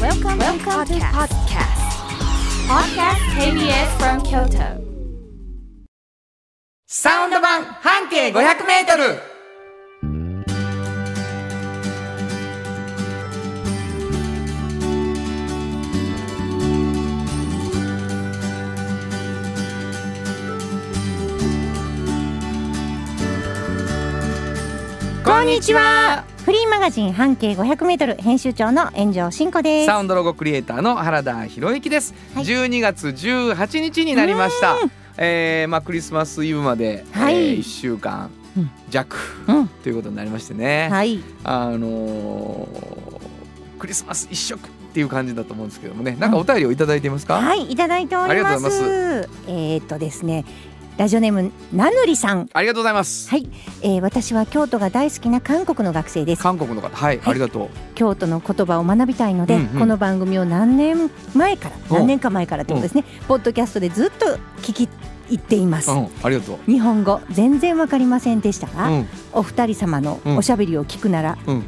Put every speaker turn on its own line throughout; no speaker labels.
Welcome, Welcome to podcast. Podcast KBS from Kyoto.
サウンド版半径500メートルこんにちは
フリーマガジン半径500メートル編集長の炎上真子です。
サウンドロゴクリエイターの原田博之です、
はい
12月18日になりましたえー、まあクリスマスイブまで、
はい
え1週間
うん
弱、
うん
ということになりましてね、
はい。
あのークリスマス一色っていう感じだと思うんですけどもねなんかお便りをいただいていますか、
はい、いただいてお
あり
り
が
ま
とうござい
す。えーっとですね、ラジオネームなぬりさん。
ありがとうございます、
はい、えー私は京都が大好きな韓国の学生です。
韓国の方はい、ありがとう
京都の言葉を学びたいので、
うんうん
この番組を何年前から、
うん
何年か前からってことですね。ポッドキャストでずっと聞き入っています
う。んありがとう
日本語全然わかりませんでしたが、
うん
お二人様の
うん
おしゃべりを聞くなら、
うん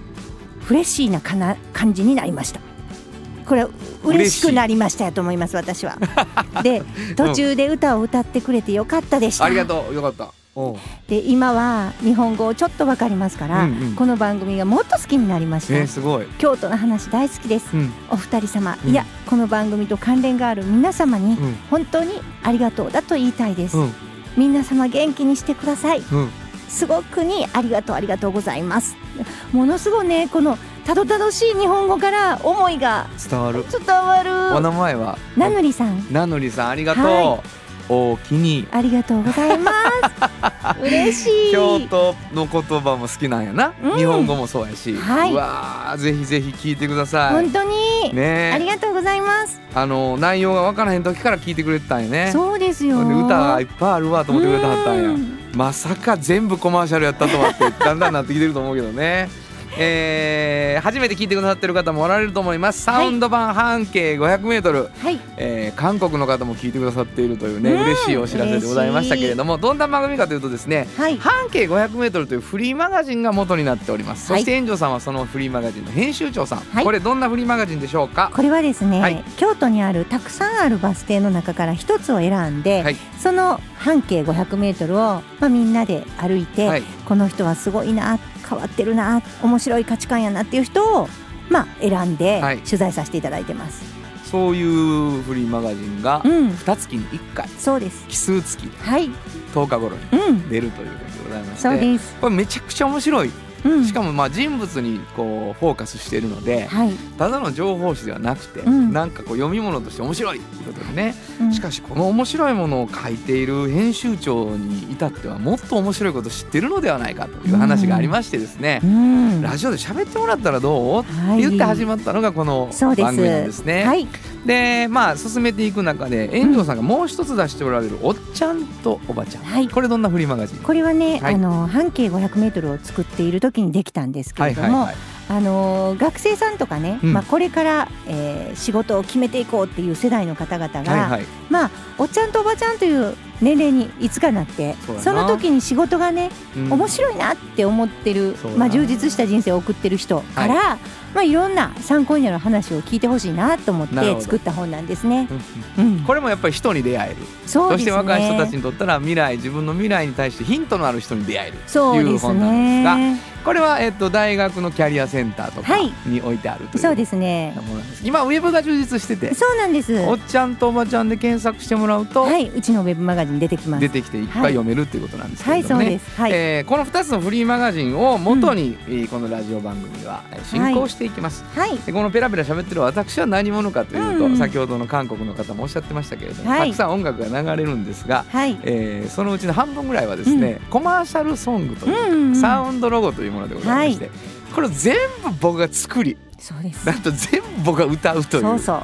フレッシーなかな感じになりましたこれ嬉しくなりましたやと思います 私はで途中で歌を歌ってくれてよかったでした
ありがとうよかったおう
で今は日本語をちょっとわかりますから、
うんうん
この番組がもっと好きになりました、
えー、すごい、
京都の話大好きです
うん
お二人様、
うん
いやこの番組と関連がある皆様に
うん
本当にありがとうだと言いたいです、
うん
皆様元気にしてください
うん、
すごくにありがとうありがとうございますものすごいねこのたどたどしい日本語から思いが
伝わる
伝わ
お
る
名前は
なのりさん
なのりさんありがとう、
は
おおきに
ありがとうございます 嬉しい
京都の言葉も好きなんやな、
うん
日本語もそうやし、
はいう
わーぜひぜひ聞いてください
本当に、
ね
あり
え
がとうございます、
あの内容が分からへん時から聞いてくれてたんやね
そうですよ
ほんで歌がいっぱいあるわと思ってくれたはったんや
うん
まさか全部コマーシャルやったとは ってだんだんなってきてると思うけどねえー初めて聞いてくださってる方もおられると思いますサ
はい
ウンド版半径 500m、
はい
えー韓国の方も聞いてくださっているというね、
うん
嬉しいお知らせでございましたけれどもどんな番組かというとですね
はい
半径 500m というフリーマガジンが元になっております、
はい
そして園長さんはそのフリーマガジンの編集長さん、
はい
これどんなフリーマガジンでしょうか
これはですね、
はい
京都にあるたくさんあるバス停の中から一つを選んで、
はい
その半径500メートルを、まあ、みんなで歩いて、
はい
この人はすごいな変わってるな面白い価値観やなっていう人を、まあ、選んで
はい
取材させていただいてます。
そういうフリーマガジンが
うん、
2月に1回
そうです。
奇数月
はい、
10日頃に
うん、
出るということでございまして
そうです。
これめちゃくちゃ面白い
うん、
しかもまあ人物にこうフォーカスしているので
はい、
ただの情報誌ではなくて、
うん
なんかこう読み物として面白いっていうことでね、
うん
しかしこの面白いものを書いている編集長に至ってはもっと面白いこと知ってるのではないかという話がありましてですね
う、ん、
ラジオで喋ってもらったらどうって
はい
言って始まったのがこの
そう
番
です
組なんですね。
はい、
でまあ進めていく中で遠藤さんがもう一つ出しておられる「おっちゃんとおばちゃん」
はい
これどんなフリーマガジン
これはね、
はい
あの半径500メートルを作っている時にできたんですけれども、
い、
あのー学生さんとかね、
うん
まあ、これから、えー仕事を決めていこうっていう世代の方々が、
はいはい、
まあ、おっちゃんとおばちゃんという年齢にいつかなって
そうや
そ
な
の時に仕事がね、
うん
面白いなって思ってる
そう、やな
まあ、充実した人生を送ってる人から、いまあ、いろんな参考になる話を聞いてほしいなと思っ
なるほ
て
ど
作った本なんですね。
うんうん
うん、
これもやっぱり人に出会えるそ,、
そうで
し
す
て
ね
若い人たちにとったら未来自分の未来に対してヒントのある人に出会える
そう
いう
です
本なん
ね。
これは、えっと、大学のキャリアセンターとか
はい
に置いてあるという,、
そうですね。
ものなんです今ウェブが充実してて
そうなんです。
おっちゃんとおばちゃんで検索してもらうと、
はい、うちのウェブマガジン出てきます
出。てきていっぱい読めるっていうことなんですけ
は
れ
い、
ども
そう
ね、
です。はい。
えーこの2つのフリーマガジンを元に、えーこのラジオ番組はえー進行していきます、
はい。
でこのペラペラ喋ってる私は何者かというと、
うん
先ほどの韓国の方もおっしゃってましたけれども、
はい
たくさん音楽が流れるんですが、
はい。
えーそのうちの半分ぐらいはですね、コマーシャルソングというか、
うんうんうん
サウンドロゴというものでございまして、これを全部僕が作り
そうです
な。んと全部僕が歌うという
そうそう。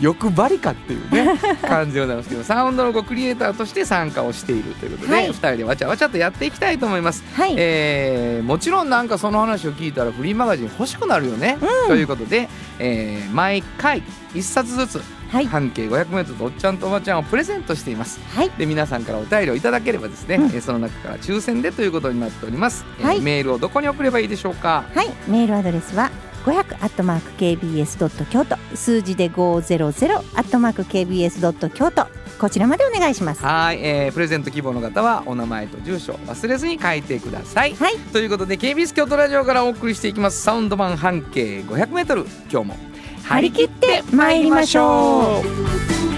欲張りかっていう ね感じでございますけどサウンドロゴクリエイターとして参加をしているということで、
はい
2人でわちゃわちゃとやっていきたいと思います。
はい。
えーもちろんなんかその話を聞いたらフリーマガジン欲しくなるよね、ということで、えー毎回1冊ずつ
はい。
半径 500m とおっちゃんとおばちゃんをプレゼントしています
はい。
で皆さんからお便りをいただければですね、
うん
えーその中から抽選でということになっております、えー
はい
メールをどこに送ればいいでしょうか
はい、メールアドレスは500 at mark kbs ドット京都数字で500 at mark kbs ドット京都こちらまでお願いします。
はい、えープレゼント希望の方はお名前と住所を忘れずに書いてください。
はい
ということで KBS 京都ラジオからお送りしていきますサウンド版半径 500m 今日も
張り切って参りましょ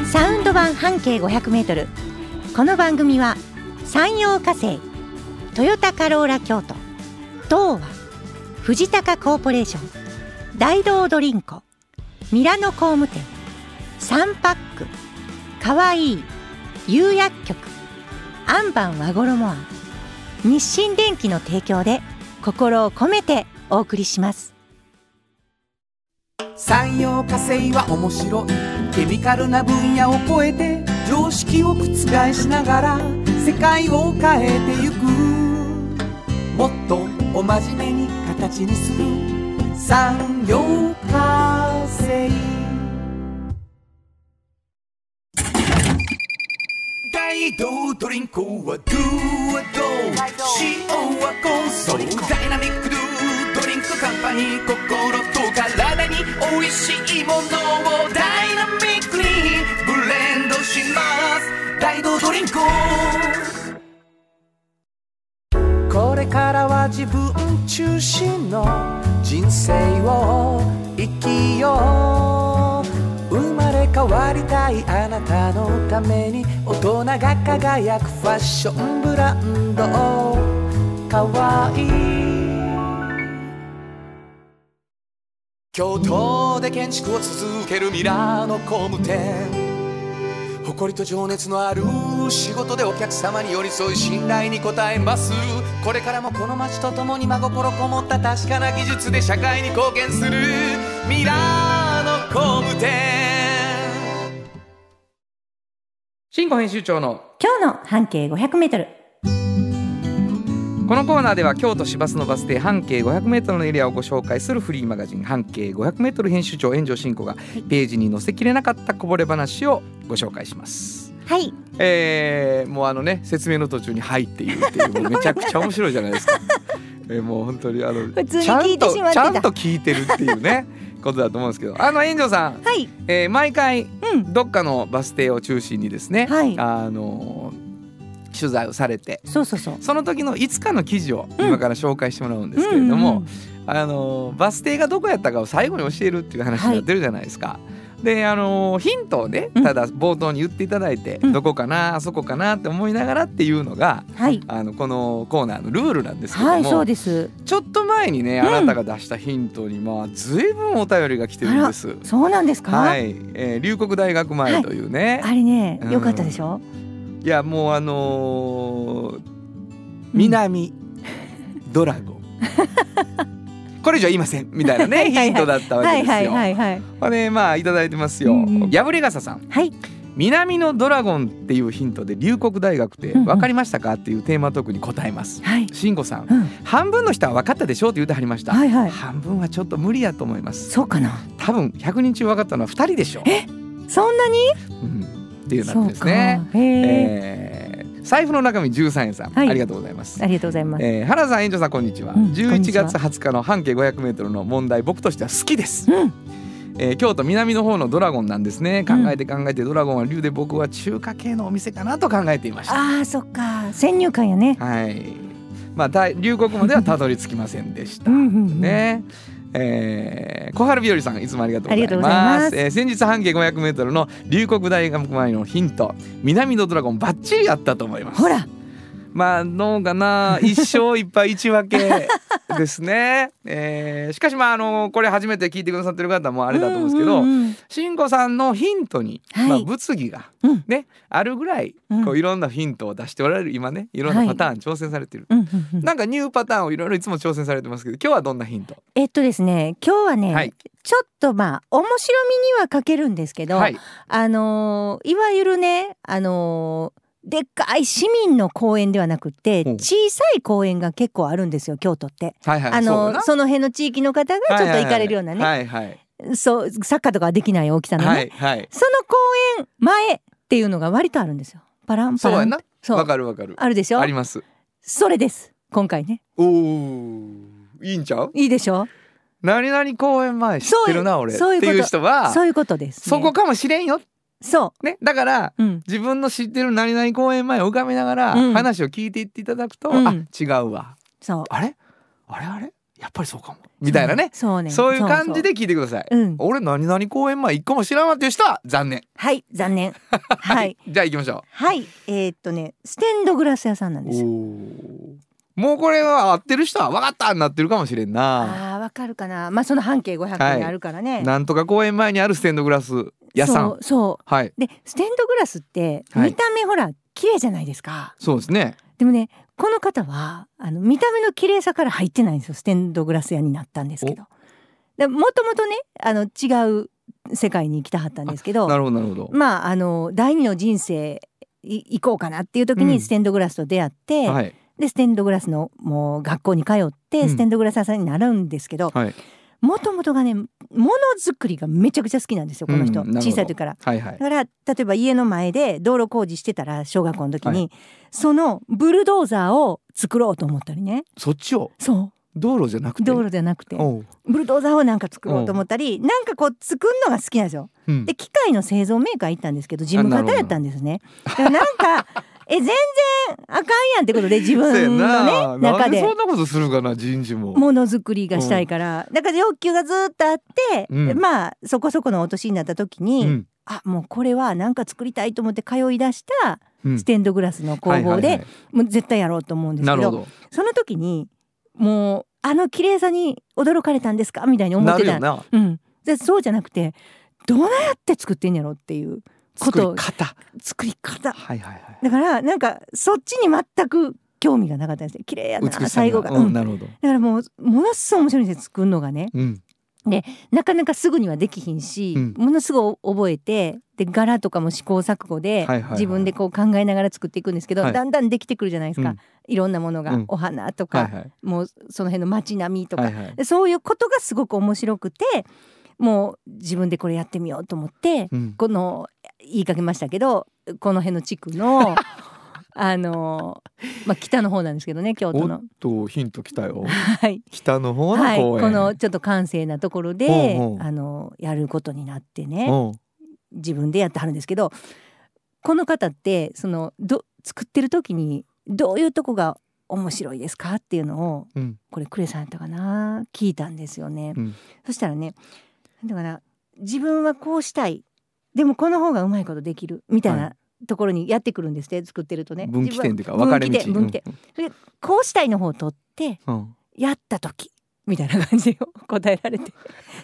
うサウンド版半径 500m この番組は山陽火星トヨタカローラ京都東和藤高コーポレーション大道ドリンコミラノ工務店サンパックかわいい釉薬局アンバン和衣庵日清電機の提供で心を込めてお送りします
産業化成は面白いケミカルな分野を超えて常識を覆しながら世界を変えてゆくもっとお真面目に形にする産業化成大道ドリンクはドゥはドゥ塩はコンソーダイナミックドゥドリンクカンパニー心と体に美味しいものをダイナミックにブレンドします大道ドリンクこれからは自分中心の人生を生きよう生まれ変わりたいあなたのために大人が輝くファッションブランドかわいい京都で建築を続けるミラノ工務店誇りと情熱のある仕事でお客様に寄り添い信頼に応えますこれからもこの街とともに真心こもった確かな技術で社会に貢献するミラーの工務店
新語編集長の
今日の半径 500m
このコーナーでは京都市バスのバス停半径 500m のエリアをご紹介するフリーマガジン半径 500m 編集長炎上進子がページに載せきれなかったこぼれ話をご紹介します。
はい
えー、もうあのね説明の途中に「はい」って言うっていうもうめちゃくちゃ面白いじゃないですか。 えーもう本当にあの
普通に聞いてしまってた
ちゃんとちゃんと聞いてるっていうねことだと思うんですけど あの炎上さん、
はい
えー毎回
うん
どっかのバス停を中心にですね、
はい
あのー取材をされて
そうそうそう
その時のいつかの記事を
うん
今から紹介してもらうんですけれど
うんう
も
ん、
あのバス停がどこやったかを最後に教えるっていう話になってるじゃないですか。であのヒントをね
うん
ただ冒頭に言っていただいて、
うん
どこかなあそこかなって思いながらっていうのが
うんはい
あのこのコーナーのルールなんですけども、
はいそうです
ちょっと前にね
うん
あなたが出したヒントにまあ随分お便りが来てるんです。
そうなんですか、
はい、えー、龍谷大学前というね、
あれね
うん
良かったでしょ、
い、やもうあのー南ドラゴンこれ以上は言いませんみたいなね
はいはいはい
ヒントだったわ
は
けで
い
すよ。
はいはいはい
これまあいただいてますよ。
うんうん
破れ傘さん
はい
南のドラゴンっていうヒントで龍谷大学って
うんうん
分かりましたかっていうテーマトークに答えます。
はい、
慎吾さん
うん、
半分の人は分かったでしょうって言ってはりました。
はいはい
半分はちょっと無理やと思います。
そうかな
多分100人中分かったのは2人でしょう。
そんなに
うん、っていうな
そ
って
う
です
か
ね。
へえ
えー財布の中身13円さん、
はい
ありがとうございます
あ。りがとうございます、
えー、原さん、園長さん、こんにちは。
うんこんに
11
ちは
月20日の半径500メートルの問題、僕としては好きです。
うん
えー京都南の方のドラゴンなんですね。考えて考えて、ドラゴンは竜で、僕は中華系のお店かなと考えていました。
あーそっか先入観やね
はい。まあ、大龍谷まではたどり着きませんでした。
うんうんうん
ね。えー小春日和さんいつもありがとうござい
ありがとう
ま
ご
す
ざいます
えー先日半径 500m の龍谷大学前のヒント南のドラゴンバッチリあったと思います
ほら
まあ脳がな一生いっぱい一分けですね。 えーしかしまああのこれ初めて聞いてくださってる方もあ
あ
れだと思うんですけど、
うんうん
慎吾さんのヒントに、
はい
まあ物議が
うん
ねあるぐらい
うん
こういろんなヒントを出しておられる今ねいろんなパターン挑戦されてる。
うんうんうんうん
なんかニューパターンをいろいろいつも挑戦されてますけど今日はどんなヒント、
えっとですね今日はね、
はい
ちょっとまあ面白みには欠けるんですけど、
はい
あのーいわゆるね、あのーでっかい市民の公園ではなくて
ほう
小さい公園が結構あるんですよ京都って。
はいはい
あ
そう
の
だ
ー
な
その辺の地域の方がちょっと行かれるようなね、
はいはい
そうサッカーとかはできない大きさのね、
はいはい
その公園前っていうのが割とあるんですよパランパ
そう
ラ
や
ン
な
そう
わかるわかる
あるでしょ
あります
それです今回ね
おーいいんちゃう
いいでしょ
何々公園前知ってるな俺って
そういうこと
いう人は
そういうことです、ね。
そこかもしれんよ。
そ
ね、だから
う。うん。
自分の知ってる何々公園前を浮かべながら
うん
話を聞いていっていただくと、
うん
あ違うわ
そう。
あれあれあれやっぱりそうかもみたいなね
そうね。
そういう感じ
そう
で聞いてください。
そう。うん。
俺何々公園前一個も知らんわっていう人は残念。
はい、残念。はい。
じゃあ行きましょ
はい。えーっとね、ステンドグラス屋さんなん
う。
ですよ。
もうこれは合ってる人は分かったになってるかもしれんな。
ああ、わかるかな。まあ、その半径500にあるからね。
なんとか公園前にあるステンドグラス屋さ
そ
ん。
う。そう。
はい。
でステンドグラスって
はい
見た目ほら綺麗じゃないですか、
そうですね。
でもねこの方はあの見た目の綺麗さから入ってないんですよステンドグラス屋になったんですけどでもともとねあの違う世界に来たはったんですけど
なるほどなるほど。
まああの第二の人生い行こうかなっていう時
う
に
ん
ステンドグラスと出会って、
はい
でステンドグラスのもう学校に通っ
うん
てステンドグラス屋さんになるんですけど
はい
もともとがねものづくりがめちゃくちゃ好きなんですよこの人、
うんなるほど
小さい時から。
はいはい。
だから例えば家の前で道路工事してたら小学校の時に、
は
そのブルドーザーを作ろうと思ったりね
そっちを
そ
道路じゃなく
う
て。
道路じゃなくて
おう。
ブルドーザーをなんか作ろうと思ったりなんかこう作るのが好きなんですよ。
うん
で機械の製造メーカー行ったんですけど事務方やったんですね。だからなんかえ全然あかんやんってことで自
そうや
分の
な。
ね中
なんで
で
そんなことするかな人事も。
ものづくりがしたいから、だから要求がずっとあって、
うん
まあそこそこのお年になった時に、
うん
あもうこれはなんか作りたいと思って通い出した
うん
ステンドグラスの工
は
房
いはいは
で
い
もう絶対やろうと思うんです
な
け
るほ
ど
ど。
その時にもうあの綺麗さに驚かれたんですかみたいに思
な
って
るよ
た、
な。
うん、でそうじゃなくてどうやって作ってんやろっていうこ
作り
と
方。
作り方
はいはいはい。
だからなんかそっちに全く興味がなかったんですね綺麗や
美しさ
な
が
最後が、
う
うん
ん、
だ
なるほど。
からもうものすごい面白いんですよ作るのがね
うん。
なかなかすぐにはできひんし、
うん
ものすごい覚えてで柄とかも試行錯誤で
はいはいはい
自分でこう考えながら作っていくんですけど、
はい
だんだんできてくるじゃないですか、
うん
いろんなものが、
うん
お花とか、
はいはい。
もうその辺の街並みとか、
はいはい。
でそういうことがすごく面白くてもう自分でこれやってみようと思って、
うん。
この言いかけましたけどこの辺の地区の あの、まあ、北の方なんですけどね京都
おっ
の。
とヒントきたよ。
はい
北の方の公
はい、
園。
このちょっと閑静なところで
おうおう
あのやることになってね、
の。
自分でやってはるんですけどこの方ってそのど作ってる時にどういうとこが面白いですかっていうのを、
うん
これクレさんやったかな聞いたんですよね。
うん
そしたらねなんだかな自分はこうしたいでもこの方がうまいことできるみたい
は
なところにやってくるんですって作ってるとね
分岐点っていうか
自
分
分は
かれ道。
分岐点分岐点こうしたいの方を取って
うんうん
やった時みたいな感じで 答えられて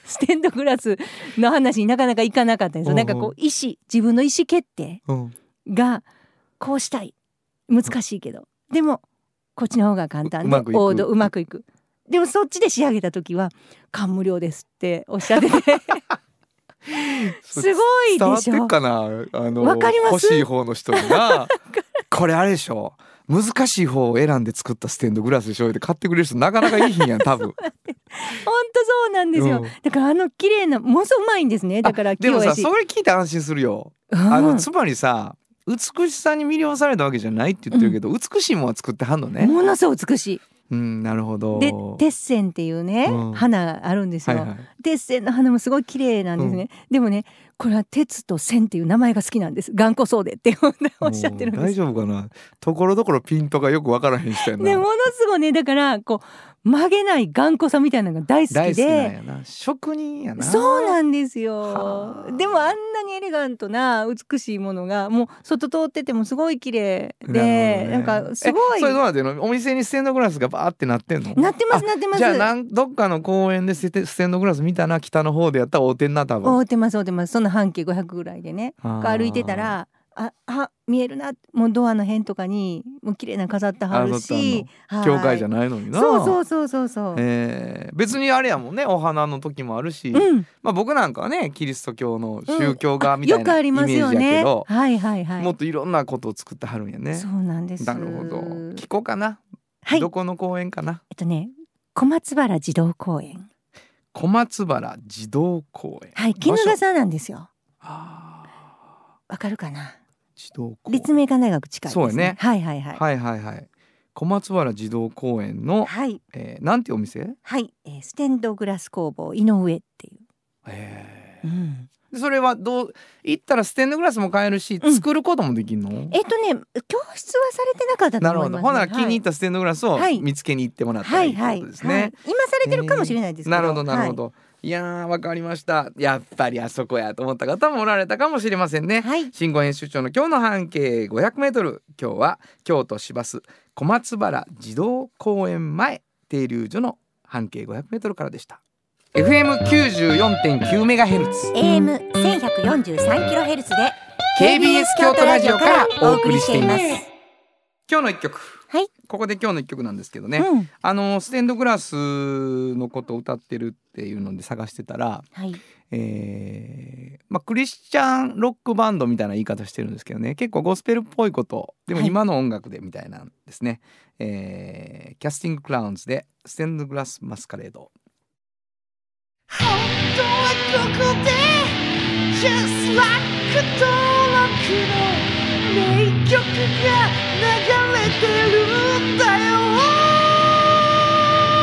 ステンドグラスの話になかなかいかなかったんです
おうおう
よ。なんかこう意思自分の意思決定
うん。
がこうしたい難しいけどでもこっちの方が簡単
うう
で
まくいく
王道うまくいくでもそっちで仕上げた時は感無量ですっておっしゃって てすごい
伝わ
で
って
し
っ
ょ
かなあの
わかります
欲しい方の人になこれあれでしょ難しい方を選んで作ったステンドグラスでしょって買ってくれる人なかなかいいひん やん多分
本当そうなんですよ、
うん
だからあの綺麗なものすごいうまいんですねだから器
でも
用や
さ
し
それ聞いて安心するよ、あ
う
の
ん
つまりさ美しさに魅了されたわけじゃないって言ってるけど、美しいものは作ってはんのね
ものすごい美しい
うんなるほど
で鉄線っていうね、
うん
花あるんです
はい
よ、
はい
鉄線の花もすごい綺麗なんですね、でもねこれは鉄と線っていう名前が好きなんです頑固そうでって おっしゃってるん
もう
で
大
す
丈夫かなところどころピントがよくわからへん人やな
でものすごいねだからこう曲げない頑固さみたいなのが大好
大
き
好きなん
で
やな職人やな
そうなんです
は
よ
あ
でもあんなにエレガントな美しいものがもう外通っててもすごい綺麗で
なるほどね
なんかすご
え
い
それどう
な
なってんのお店にステンドグラスがバーってなってんの
ってますなってます
じゃあなんどっかの公園でステステンドグラス見たな北の方でやったら合うてんな多
覆
分
ってます覆ってますその半径500ぐらいでね
あー
歩いてたらああ見えるなもうドアの辺とかにもう綺麗な飾ってはるし
教会じゃ
な
ないのにな
そうそううそうそうそう、
えー別にあれやもんねお花の時もあるし、
うん
まあ僕なんかはねキリスト教の
うん
宗教画みた
よ
い
く
な
あ
イ
り
メ
ま
ー
す
ジや
よ
けど、
ねはいはいはい
もっといろんなことを作ってはるんやね
そうなんです
なるほど聞こうかな、
はい
どこの公園かな
えっとね小松原児童公園
小松原児童公園
はい絹
場所
笠なんですよ
あー
わかるかな
児童公園
立命館大学近いですね
そうやね
はいはいはい、
はいはいはい。小松原児童公園の、
はい
えーなんていうお店、
はい、えーステンドグラス工房井上っていう、
え
うん
ーそれはどう行ったらステンドグラスも買えるし、
うん
作ることもできるの、
えっとね教室はされてなかったと
なる
思
ほ
いま
ど。
す、ね、
ほな気に入っ
った
ステンドグラスを
はい
見つけに行ってもらった
は
らい
い
いって
は
こ
い、
と
はい、今
です
さ
ね。
れてるかもしれないですけど、
なるほどなるほ
は
ど。い、やーわかりました。やっぱりあそこやと思った方もおられたかもしれませんね。
い、はい
新語編集長の今日の半径500メートル今日は京都市バス小松原児童公園前停留所の半径500メートルからでした。FM 94.9メガヘルツ
AM 千百四十三キロヘルツで
KBS 京都ラジオからお送りしています
は。
今日の一曲。
はい
ここで今日の一曲なんですけどね。
うん、
あのステンドグラスのことを歌ってるっていうので探してたら、
はい、
えーまあ、クリスチャンロックバンドみたいな言い方してるんですけどね結構ゴスペルっぽいことでも
はい
今の音楽でみたいなんですね、えーキャスティング・クラウンズで「ステンドグラス・マスカレード
本当はここで Just like 登録の名曲が流れてるんだよ」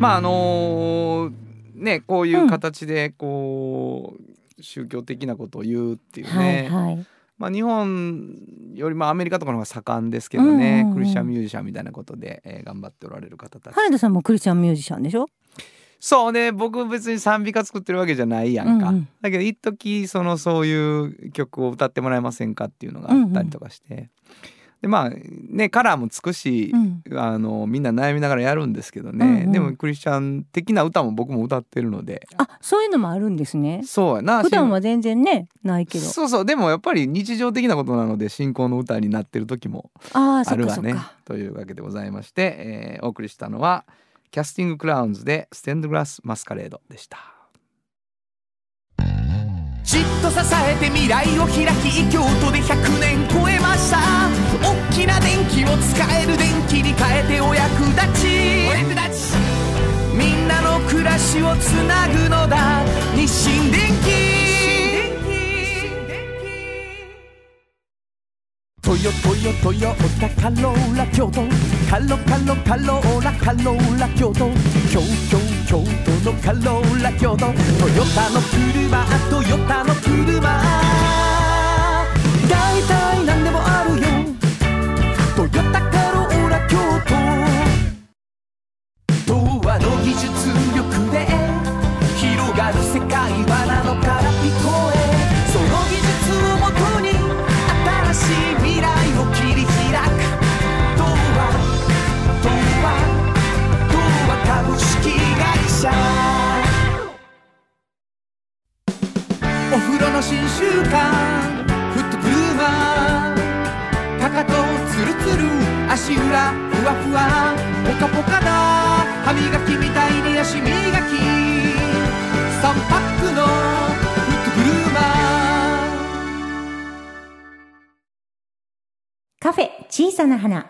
まああのーねこういう形でこう、宗教的なことを言うっていうね、
はいはい
まあ、日本よりもアメリカとかの方が盛んですけどね、
うんうんうん
クリスチャンミュージシャンみたいなことで、えー頑張っておられる方たち、
原田さんもクリスチャンミュージシャンでしょ、
そうね僕別に賛美歌作ってるわけじゃないやんか、
うんうん
だけど一時そのそういう曲を歌ってもらえませんかっていうのがあったりとかして、でまあねカラーもつくし
う、ん、
あのみんな悩みながらやるんですけどね、
うんうん
でもクリスチャン的な歌も僕も歌ってるので
あそういうのもあるんですね
そうやな
普段は全然ねないけど
そうそうでもやっぱり日常的なことなので信仰の歌になってる時も
ああ
あ
そっ
る
か
わ
そっ
ね
か、
というわけでございまして、えーお送りしたのはキャスティングクラウンズでステンドグラスマスカレードでした
じっと支えて未来を開き京都で100年超えました大きな電気を使える電気に変えてお役立ちお役立ちみんなの暮らしをつなぐのだ日清電気トヨトヨトヨタカローラ京都カロカロカローラカローラ京都京京京都のカローラ京都トヨタの車トヨタの車だいたいなんでもあるよトヨタカローラ京都童話の技術力で広がる世界はなのから聞こえその技術をもとに新しい未来を切り開く童話童話童話株式会社お風呂の新習慣フットブルーマーかかとツルツル足裏ふわふわポカポカだ歯磨きみたいに足磨き3パックのフットブルーマー
カフェ小さな花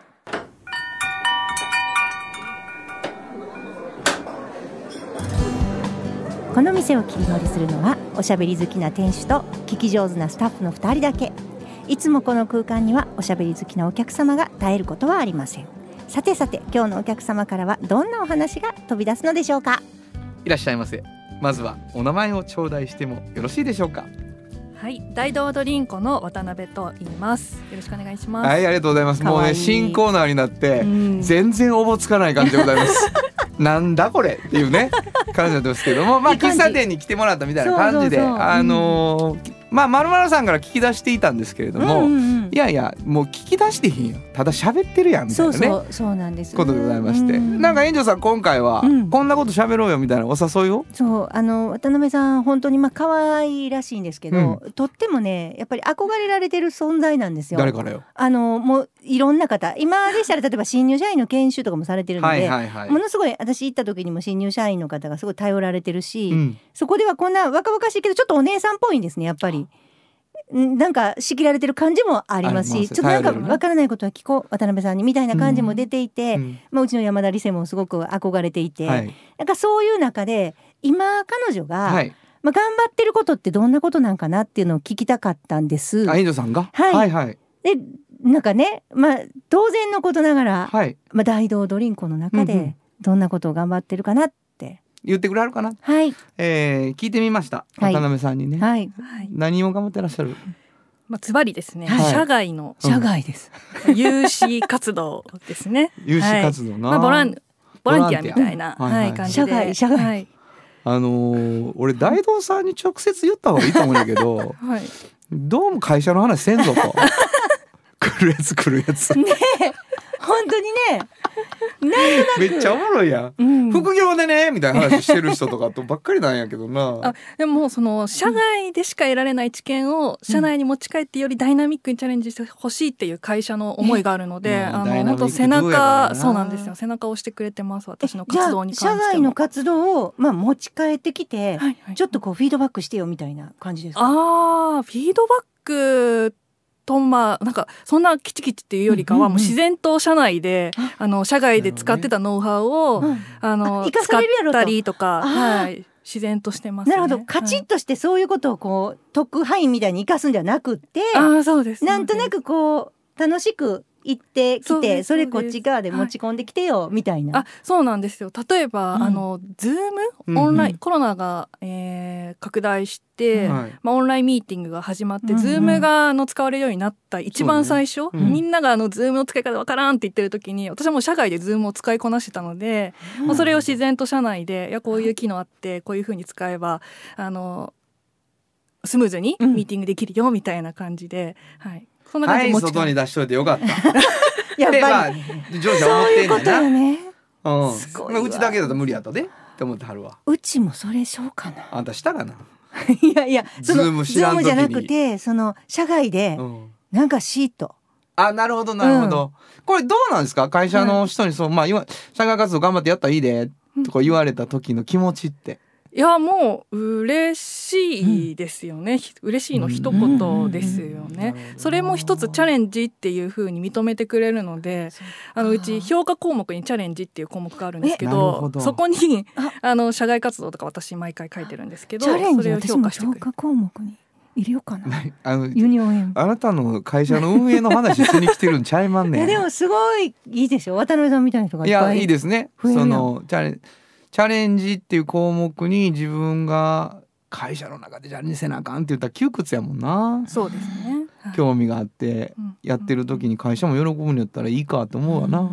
この店を切り盛りするのはおしゃべり好きな店主と聞き上手なスタッフの2人だけいつもこの空間にはおしゃべり好きなお客様が絶えることはありませんさてさて今日のお客様からはどんなお話が飛び出すのでしょうか
いらっしゃいませまずはお名前を頂戴してもよろしいでしょうか
はい、大道ドリンコの渡辺と言います。よろしくお願いします。
はいありがとうございますもう
かわ
ね
いい
新コーナーになって
うん
全然おぼつかない感じでございます なんだこれっていうね感じなんですけどもまあ
いい
喫
感じ
茶店に来てもらったみたいな感じで
そうそうそう
あのーまあまるまるさんから聞き出していたんですけれども、
んうんうん
いやいやもう聞き出してへんやんただ喋ってるやんみたい
そ
な
う
ね
そうそうなんです
ことでございまして、
うん
なんか園長さん今回は、
うん
こんなこと喋ろうよみたいなお誘いを
そうあの渡辺さん本当にまあ可愛いらしいんですけど、とってもねやっぱり憧れられてる存在なんですよ。
誰からよ
あのもういろんな方今でしたら例えば新入社員の研修とかもされてるので、
はいはいはい
ものすごい私行った時にも新入社員の方がすごい頼られてるし、
うん
そこではこんな若々しいけどちょっとお姉さんっぽいんですねやっぱり。んなんか仕切られてる感じもあります
ありま
し
す
ちょっとなんか
頼れるね
わからないことは聞こう渡辺さんにみたいな感じも出ていて、う
うん
まあ、うちの山田理性もすごく憧れていて、
はい
なんかそういう中で今彼女が、
はい
まあ、頑張ってることってどんなことなんかなっていうのを聞きたかったんです。
あ遠藤さんが、
はい
はいはい
でなんかね、まあ、当然のことながら、
はい
まあ、大道ドリンクの中
うんう
で
ん
どんなことを頑張ってるかなって、
言ってくれはるかな、
はい
えー、聞いてみました
はい
渡辺さんにね、
はい
はい。
何を頑張ってらっしゃる
まあズバリですね。
はい
社外の
社
外です。
有志活動ですね。
有志活動な、
まあボランボランティアみたいな、
ボランティアは
は
いはい
い、感じで。
社外社外
はい。
あのー俺大道さんに直接言った方がいいと思うんだけ ど
はい
どうも会社の話せんぞと来るやつ来るやつ
ねえ本当に ね、
めっちゃおもろいやん
うん、
副業でねみたいな話してる人とかとばっかりなんやけど な
あでももうその社外でしか得られない知見を社内に持ち帰ってよりダイナミックにチャレンジしてほしいっていう会社の思いがあるので、
ね
あ
ダイナ
の
ミッ
本
ク
当
ど
背
うやろう
中
な
そうなんですよ背中を押してくれてます私の
じゃ
活動に
あ
関して
社
も
外の活動を、まあ、持ち帰ってきて、
はいはい
ちょっとこうフィードバックしてよみたいな感じですか。
あーフィードバックとまあなんかそんなキチキチっていうよりか
うんうんう
は
ん
もう自然と社内で、あの社外で使ってたノウハウを、
うん
あ
あ
の
活かされるやろと
使ったりとか、
あー
はい、自然としてます、
な
ね、
るほど、カチ
は
ッ
い
としてそういうことをこう特派員みたいに生かすんじゃなくって、
あーそうです
なんとなくこう楽しく行って
そ
き
うで
て
す
それ
そ
こ
う
っ
です
ち側で持ち込んできてよ、みたいな
あそうなんですよ例えば、
うん
あのズー
うん
ムオンライン、
うん
コロナが、えー拡大して、
うん
はい
まあ、オンラインミーティングが始まっ
うん
て、
うん
ズームがあの使われるようになった一番
そうだ
最
う
初、
ん
みんながあのズームの使い方わからんって言ってる時に私はもう社外でズームを使いこなしてたので、
うん
もうそれを自然と社内でいやこういう機能あってこういうふうに使えばあのスムーズに
うん
ミーティングできるよみたいな感じで、はい、そんな感
は
じで
い
持ち
外
帰
に
る
出しといてよかった
やっ
でま
ぱ
あ
り
上司は思
そう
って
いう
ね
んこ
ん
とよ
な
ね
うん
すごいわ
まあうちだけだと無理やったでって思ってはるわ
うちもそれそうかな
あんたしたかな、
いやいやその
ズーム知らん時に
ズームじゃなくてその社外で
うん、
なんかシート、
あなるほどなるほど、これどうなんですか会社の人にそう、まあ今社外活動頑張ってやったらいいでとか言われた時の気持ちって
いやもう嬉しいですよね、ひ嬉しいの一言ですよね、それも一つチャレンジっていうふうに認めてくれるのであのうち評価項目にチャレンジっていう項目があるんですけ
えなる
ど
ほど
そこに
あ
あの社外活動とか私毎回書いてるんですけど
チャレン
そ
ジ
れを
私
評
も
価して
評
くれる
価項目に入れようかな
あの
ユニオンエン
あなたの会社の運営の話しに来てるんちゃいまん
い
ね
や
ん
でもすごいいいでしょ渡辺さんみたいな人がい
い
っぱ
や
い
いいですね
増えるや
そ
ん
のチャレンチャレンジっていう項目に自分が会社の中でチャレンジせなあかんって言ったら窮屈やもんな
そうですね、はい
興味があって
うん
やってる時に会社も喜ぶんやったらいいかと思うわな、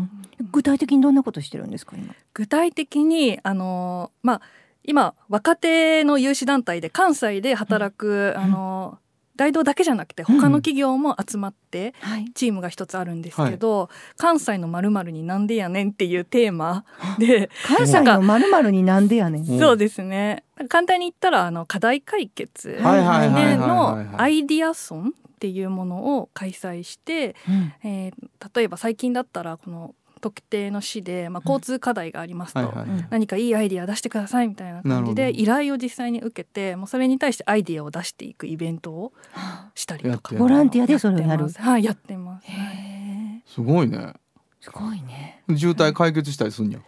具体的にどんなことしてるんですか今
具体的にあのまあ今若手の有志団体で関西で働く、あの大道だけじゃなくて他の企業も集まって、
はい
チームが一つあるんですけど、関西のまるまるになんでやねんっていうテーマで、
関西のまるまるになんでやねん。
うん
そうですね。簡単に言ったらあの課題解決で
はいはいはいはいはい
のアイディアソンっていうものを開催して、えー例えば最近だったらこの特定の市でまあ交通課題がありますと。
はいはいはい
何かいいアイディア出してくださいみたいな感じ
なる
で
ほど
依頼を実際に受けてもうそれに対してアイディアを出していくイベントをしたりとか
やってるボ
ランティアでそれをやる
ってますはいやってます、はい
へえ、
すごいね
すごいね。
渋滞解決したりすんやん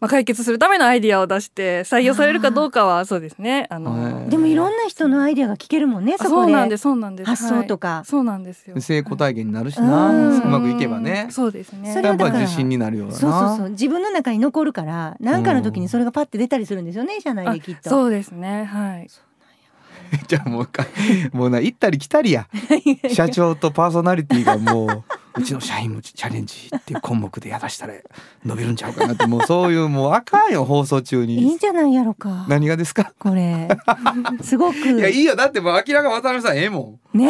まあ、解決するためのアイディアを出して採用されるかどうかはそうですね。あの
はい
でもいろんな人のアイデアが聞けるもんね。
あ
そ
そ
こ
う
で
なんですそうなんです
発想と
は
か
い、。そうなんですよ。
成功体験になるし
うん
なうまくいけばね
うんそうですね。
それ
や
は
っ
だ
ぱ
から
自信になるような
そうそうそう自分の中に残るから何かの時にそれがパッて出たりするんですよね社内
あ
できっと。
そうですねはい。
じゃあもう一回もうな行ったり来たりや社長とパーソナリティがもううちの社員もチャレンジっていう項目でやらしたら伸びるんちゃうかなってもうそういうもうあかんよ放送中
いいん
に
じゃないやろか。
何がですか
こ れすごく
いやい
ね
いよだってもう明らか渡辺さんええもん、
え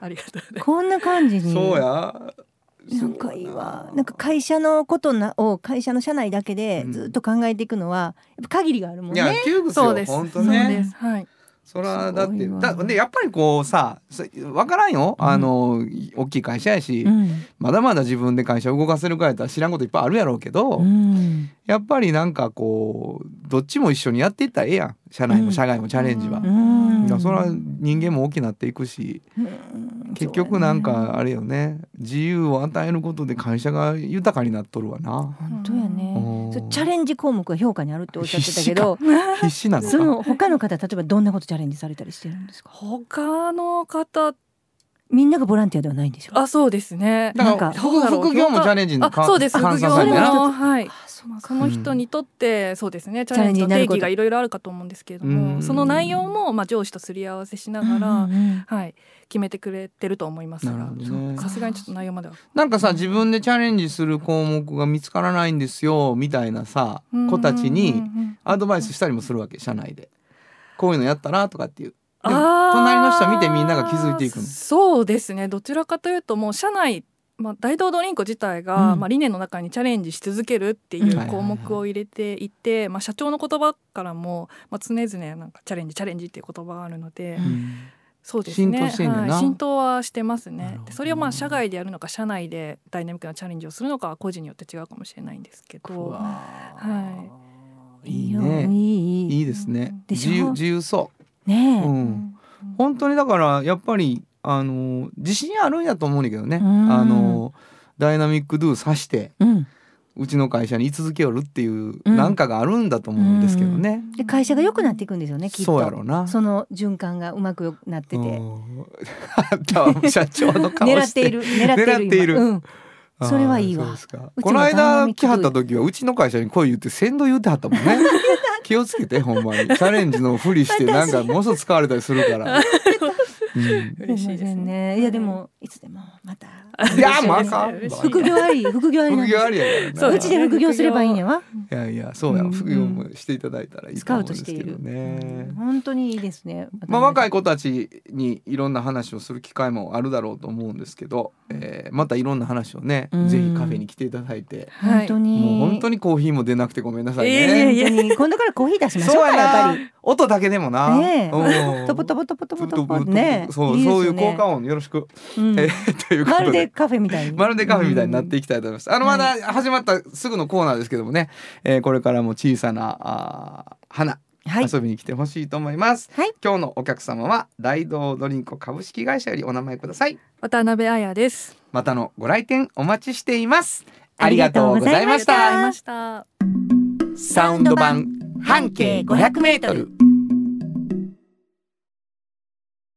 ありがとうございます。
こんな感じ
うん、
に。
そうや
なんかいいわ。なんか会社のことなを会社の社内だけでずっと考えていくのはやっぱ限りがあるもん
い
ね。
や窮屈よ
そ
本
う
当
で
ね
すはい。
そらだっ
す
て
ごい
だ
わ
でやっぱりこうさそわからんよあの、大きい会社やし、
うん。
まだまだ自分で会社動かせるかやったら知らんこといっぱいあるやろうけど、
うん。
やっぱりなんかこうどっちも一緒にやっていったらええやん社内
うん
も社外もチャレンジは。
う
い
ん
やそれは人間も大きくなっていくし
うん
結局なんかあれよね自由を与えることで会社が豊かになっとるわな。
本当やね
うん
そそうチャレンジ項目が評価にあるっておっしゃってたけど
必死なの
そ
か
の他の方例えばどんなことチャレンジされたりしてるんですか
他の方
みんながボランティアではないんでしょ
あそうですね
だから
なんか
副副業もチャレンジに
あ
換
そうです副
換
業
算されるんだな
のはい
そうなん
その人にとって、そうですねチャレンジの
チャレンジにな
定
ること
義がいろいろあるかと思うんですけれども、
うん
その内容も、まあ、上司とすり合わせしながら、はい、決めてくれてると思います
なるほどね
さすがにちょっと内容までは
なんかさ自分でチャレンジする項目が見つからないんですよみたいなさ子たち
うんうん
に
うんうん
アドバイスしたりもするわけ社内でこういうのやったらとかっていうでも
あー
隣の人見てみんなが気づいていくの
そうですねどちらかというともう社内まあ、大東ドリンク自体が、
うん
まあ、理念の中にチャレンジし続けるって
うん
い
はいう
項目を入れていて、まあ、社長の言葉からも、まあ、常々なんかチャレンジチャレンジっていう言葉があるので、そうです
浸
ね
透してんだな
はい、浸透はしてますね
なるほど
でそれをまあ社外でやるのか社内でダイナミックなチャレンジをするのかは個人によって違うかもしれないんですけ
う
ど
わー
はい
いい
よ
ね
いいいい
いいですね
でし
自
ょ
由自由そう、
ねえ、
うん、本当にだからやっぱりあの自信あるんやと思うんだけどね
うん
あのダイナミックドゥさして
うん
うちの会社に居続けよるっていう
うん
なんかがあるんだと思うんですけどね、
で会社が良くなっていくんですよねきっと
そうやろうな
その循環がうまくよなってて、
うんあんたは社長の顔
狙っ
して
ている狙っている
狙っている
今うん、
あー
それはいいわ
そうですか
うち
こ
も
の
ダイナ
間
ミック
来はった時はうちの会社に声言って先導言ってはったもん ね気をつけてほんまにチャレンジのふりしてなんかもうそ使われたりする から、うん
嬉しいですね
いやでもいつでもまた
いやまああかん
嬉しい
副業あり副業ありなん
副
です
業ありやからな
そう
うちで副業すればいいんやわ
いやいやそうや
うん
副業もしていただいたらいい
ス
と
カ
思う
ウ
んで
ト
す
して
け
い
ど
る、
ね
うん。本当にいいですね
まあ、若い
い
子たちにいろんな話をする機会もあるだろうと思うんですけど、えーまたいろんな話をね、
うん
ぜひカフェに来ていただいて、
本当に、
もう本当
に
にコーヒーも出なくてごめんなさいね。
いえいえいえ
本当に今度からコーヒー出しましょ
そううや
かやっ
な
ぱり
音だけでもな、
ねえ
うん
トポトポトポトポ
トポ
トポ
トポ
ね
そう
いいです
そ
よ
う
ね
いう効果音よろしく、
うん
え というこ
ま
と
るで
で。
カフェみたいに
まるでカフェみたいになって
い
いきたいと思います。あのまだ始まったすぐのコーナーですけどもね、えーこれからも小さなあー花
く、はい
遊びに来てほしいと思います、
はい
今日のお客様は大道ドリンク株式会社よりお名前ください
渡辺彩です
またのご来店お待ちしていますあ
あ
り
り
が
が
と
と
う
う
ご
ご
ざ
ざ
い
い
ま
ま
し
した
ありがと
た
うございました
サウンド版半径500メートル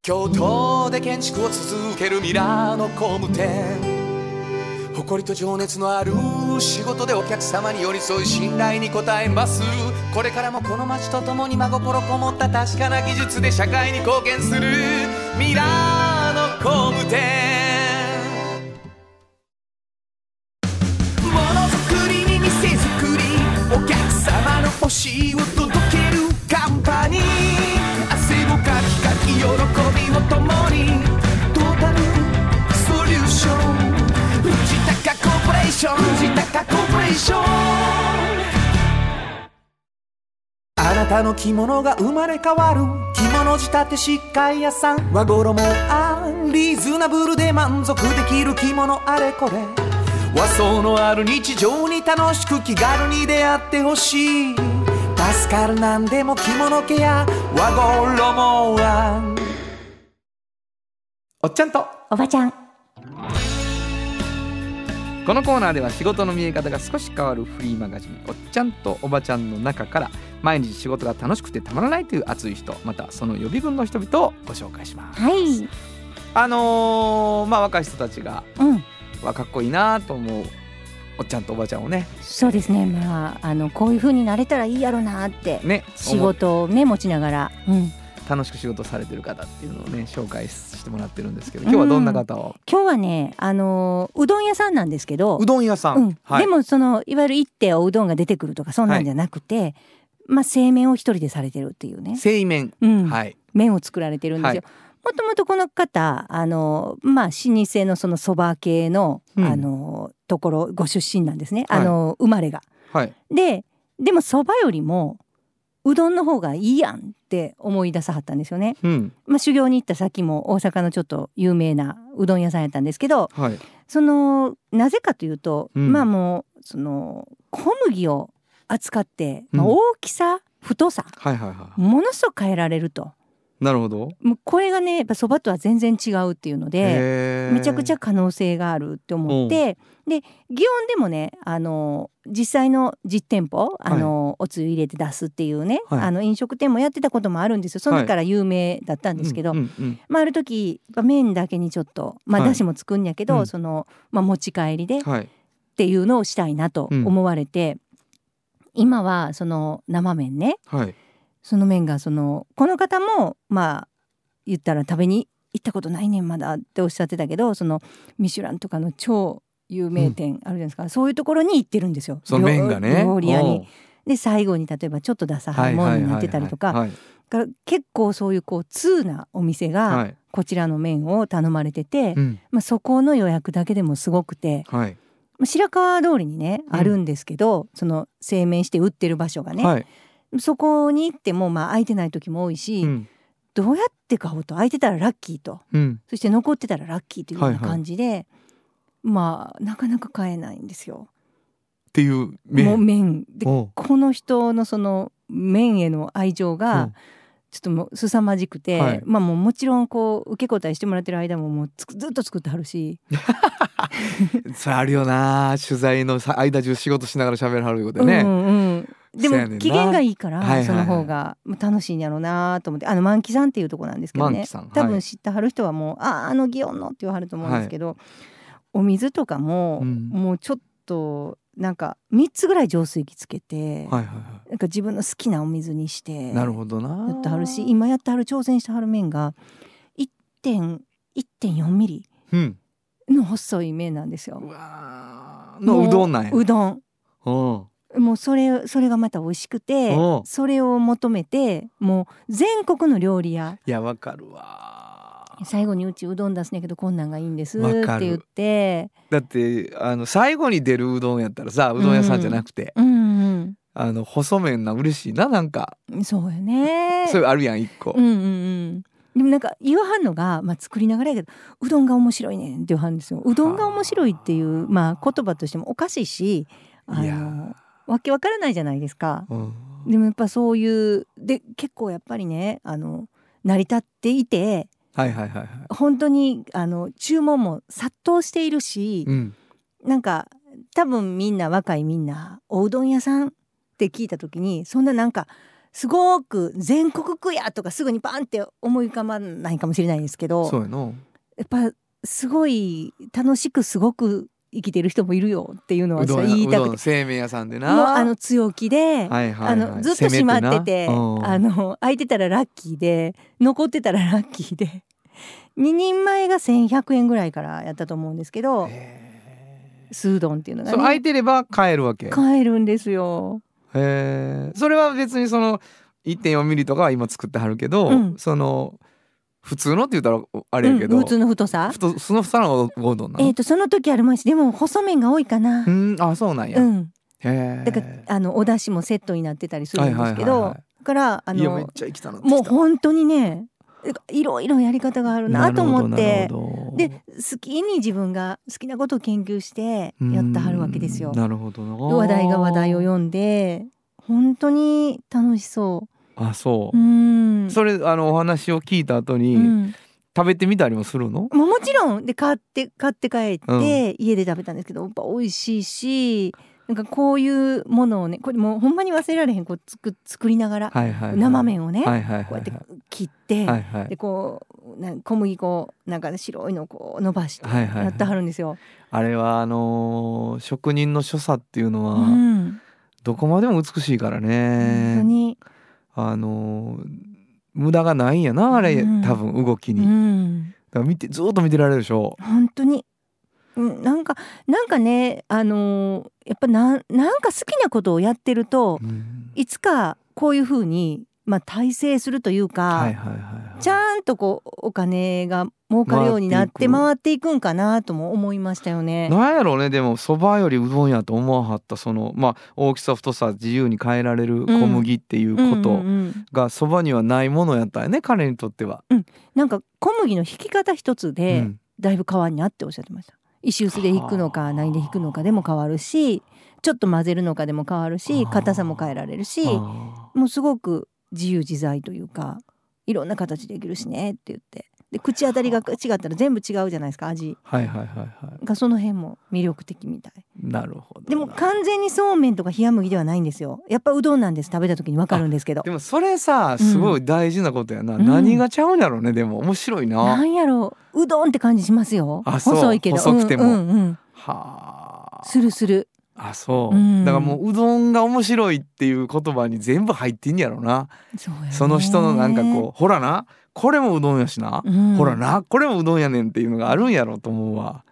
京都で建築を続けるミラーの工務店誇りと情熱のある仕事でお客様に寄り添い信頼に応えますこれからもこの街とともに真心こもった確かな技術で社会に貢献するミラーの工務店ものづくりに店づくりお客様の欲しいを届けるカンパニー汗をかきかき喜びを共にトータルソリューション藤高コーポレーション藤高コーポレーションあなたの着物が生まれ変わる着物仕立て疾患屋さん和衣もあリーズナブルで満足できる着物あれこれ和装のある日常に楽しく気軽に出会ってほしい助かるなんでも着物ケア和衣もあ
おっちゃんと
おばちゃん
このコーナーでは仕事の見え方が少し変わるフリーマガジン「おっちゃんとおばちゃん」の中から毎日仕事が楽しくてたまらないという熱い人またその予備軍の人々をご紹介します。
はい
あのーまあ若い人たちが
うん
わかっこいいなと思うおっちゃんとおばちゃんをね
そうですねまああのこういう風になれたらいいやろなって
ね
仕事をね持ちながら、うん、
楽しく仕事されてる方っていうのをね紹介してもらってるんですけど今日はどんな方を、
今日はねあのうどん屋さんなんですけど
うどん屋さん、
うん
はい
でもそのいわゆる一手おうどんが出てくるとかそんなんじゃなくて、まあ製麺を一人でされてるっていうね、
製麺、
うん
はい
麺を作られてるんですよ。もともとこの方あのまあ老舗のそのそば系の、
うん
あのところご出身なんですね、
はい
あの生まれが。
はい
ででもそばよりもうどんの方がいいやんって思い出さはったんですよね。
うん
まあ、修行に行った先も大阪のちょっと有名なうどん屋さんやったんですけど
はい
そのなぜかというと、
うん
まあもうその小麦を扱って、まあ
うん
大きさ太さ
はいはいは
ものすごく変えられると、
い、なるほど。
もうこれがねやっぱそばとは全然違うっていうので
へー
めちゃくちゃ可能性があるって思ってで祇園でもねあの実際の実店舗あの、おつゆ入れて出すっていうね、
はい
あの飲食店もやってたこともあるんですよその時から有名だったんですけ
う
ど、
んうんうん
まあ、ある時やっぱ麺だけにちょっと、まあ、
はい
だしも作んやけど、
うん
その、まあ、持ち帰りでっ
はい。
ていうのをしたいなと
うん
思われて、今はその生麺ね
はい。
その麺がそのこの方もまあ言ったら食べに行ったことないねんまだっておっしゃってたけどそのミシュランとかの超有名店あるじゃないですか、そういうところに行ってるんですよ。
その麺がね。
料料理屋
おう
に。で最後に例えばちょっとダサ
はい
いも
は
の
い
に
はい
な
は
っ
い
てたりとか
はい
だから結構そういうこう通なお店が
はい。
こちらの麺を頼まれてて、
うん
まあ、そこの予約だけでもすごくて
はい。
まあ白川通りにね
うん
あるんですけど、その製麺して売ってる場所がね、
はい。
そこに行ってもまあ空いてない時も多いし、
うん。
どうやって買おうと空いてたらラッキーと
うん。
そして残ってたらラッキーというよう
は
ない
はい
感じで、まあなかなか買えないんですよ。
っていう
もう
麺。
麺で
おう
この人のその麺への愛情
う
が
ん
ちょっともう凄まじくて、
はい
まあもうもちろんこう受け答えしてもらってる間ももうつくずっと作ってはるし
それあるよな。取材のさ間中仕事しながら喋るはるいうことよ
うん
ね。
うん、で
そやねん
も
な
機嫌がいいから、
はいはいはい
その方がもう楽しいんやろうなと思ってあの満期さんっていうとこなんですけど
満
ね
喜さんはい
多分知ってはる人はもう「あああの祇園の」って言わはると思うんですけど、お水とかも、
うん
もうちょっとなんか3つぐらい浄水器つけて、
はいはいは
なんか自分の好きなお水にして
い。なるほどな。
やってはるし今やってはる挑戦してはる麺が1.4ミリ
うん。
の細い麺なんです
う
よ。
わーのうどんなんや。
もううどん
うん。
もうそれそれがまた美味しくて
おう
それを求めてもう全国の料理屋
いやわかるわー。
最後にうちうどん出すねんけどこんなんがいいんですっ
わ
て
かる
言って
だってあの最後に出るうどんやったらさうどん屋さんじゃなくて、
うん、
あの細麺な嬉しいななんか、
うん、そうよね
そういうあるやん一個、
うんうんうんでもなんか言わはんのが、まあ、作りながらやけどうどんが面白いねんって言わはんですようどんが面白いっていう、まあ、言葉としてもおかしいしあ
いや
のわけわからないじゃないですか
うん
でもやっぱそういうで結構やっぱりねあの成り立っていて
はいはいはいはい、
本当にあの注文も殺到しているし、
うん、
なんか多分みんな若いみんなおうどん屋さんって聞いた時にそんななんかすごく全国区やとかすぐにバンって思い浮かばないかもしれないですけど
そうやの
やっぱすごい楽しくすごく生きてる人もいるよっていうのは
う
私
ど
は
ん屋
言いうた
ど
く
ん
て
の製麺屋さんでな
もうあの強気
は
で、
いはいはい
あのずっと閉まってて
攻めな
あの空いてたらラッキーで残ってたらラッキーで2 人前が1,100円ぐらいからやったと思うんです
う
け
ん
ど
へ
スードンっていうの
ー
が
そう空い
ね
てれば帰るわけへ
買えるんですよ。
えそれは別にその1.4ミリとかは今作ってはるけど、
うん
その普通のって言ったらあれやけど、
うん普通の太さ
ふとそのふさのうどんなの、
えっ、とその時ありましでも細麺が多いかな
う。んあそうなんや、
う
へ
ん、
え
だからあのお出汁もセットになってたりするんですけど、
はいはいはいはい
だからあ
いやめっ
の
ちゃ生きたなってきた
もう本当にねいろいろやり方があるなと思って
なる。ほど
で好きに自分が好きなことを研究してやってはるわけですよ
うーん。なるほどな
話題が話題を読んで本当に楽しそ。
あそう
う
う、
ん。
それあのお話を聞いた後に、
うん
食べてみたりもするの
もうもちろんで買って買って帰って、
うん
家で食べたんですけどやっぱ美味しいしなんかこういうものをねこれもうほんまに忘れられへんこうつく作りながら、
はいはい、はい、
生麺をね、
はいはいはい、
こうやって切って、
はいはい
でこうなん小麦粉をなんか白いのをこう伸ばして
はいはいはい
やってはるんですよ。
あれはあのー職人の所作っていうのは、
うん
どこまでも美しいからね
本当に、
あのー無駄がないんやなあれ、
うん
多分動き
う
に、だ
ん、
から見てずっと見てられるでしょ
本当に、うん、なんかなんかねあのーやっぱなんなんか好きなことをやってると
うん
いつかこういうふうに、まあ、体制するというか、
はいはいはいはい
ちゃんとこうお金が儲かるようになって
回
回っていくんかなとも思いましたよね。
なんやろうねでもそばよりうどんやと思わはったそのまあ大きさ太さ自由に変えられる小麦っていう
うんう
こ
ん
と
うん
がそばにはないものやったんやね彼にとっては。
なんか小麦の引き方一つ
う
で、
ん
だいぶ変わんなっておっしゃってました。石臼で引くの
はあ
か何で引くのかでも変わるしちょっと混ぜるのかでも変わるし
はあ
硬さも変えられるし
あ
もうすごく自由自在というかいいろんな形できるしねって言ってで口当たりが違ったら全部違うじゃないですか味
はいはいはいは
がその辺も魅力的みたい
いなるほどな
でも完全にそうめんとか冷麦ではないんですよやっぱうどんなんです食べた時に分かるんですけど
でもそれさすごい大事なことやな、
うん
何がちゃうんやろうねでも面白いな、
な
は
んやろううどんって感じしますよ
あそう
細いけど
細くても
うんうんうん、
あ
するする
あそう、
うん
だからもううどんが面白いっていう言葉に全部入ってんやろな
そうやね
その人のなんかこうほらなこれもうどんやしな、
うん
ほらなこれもうどんやねんっていうのがあるんやろうと思うわ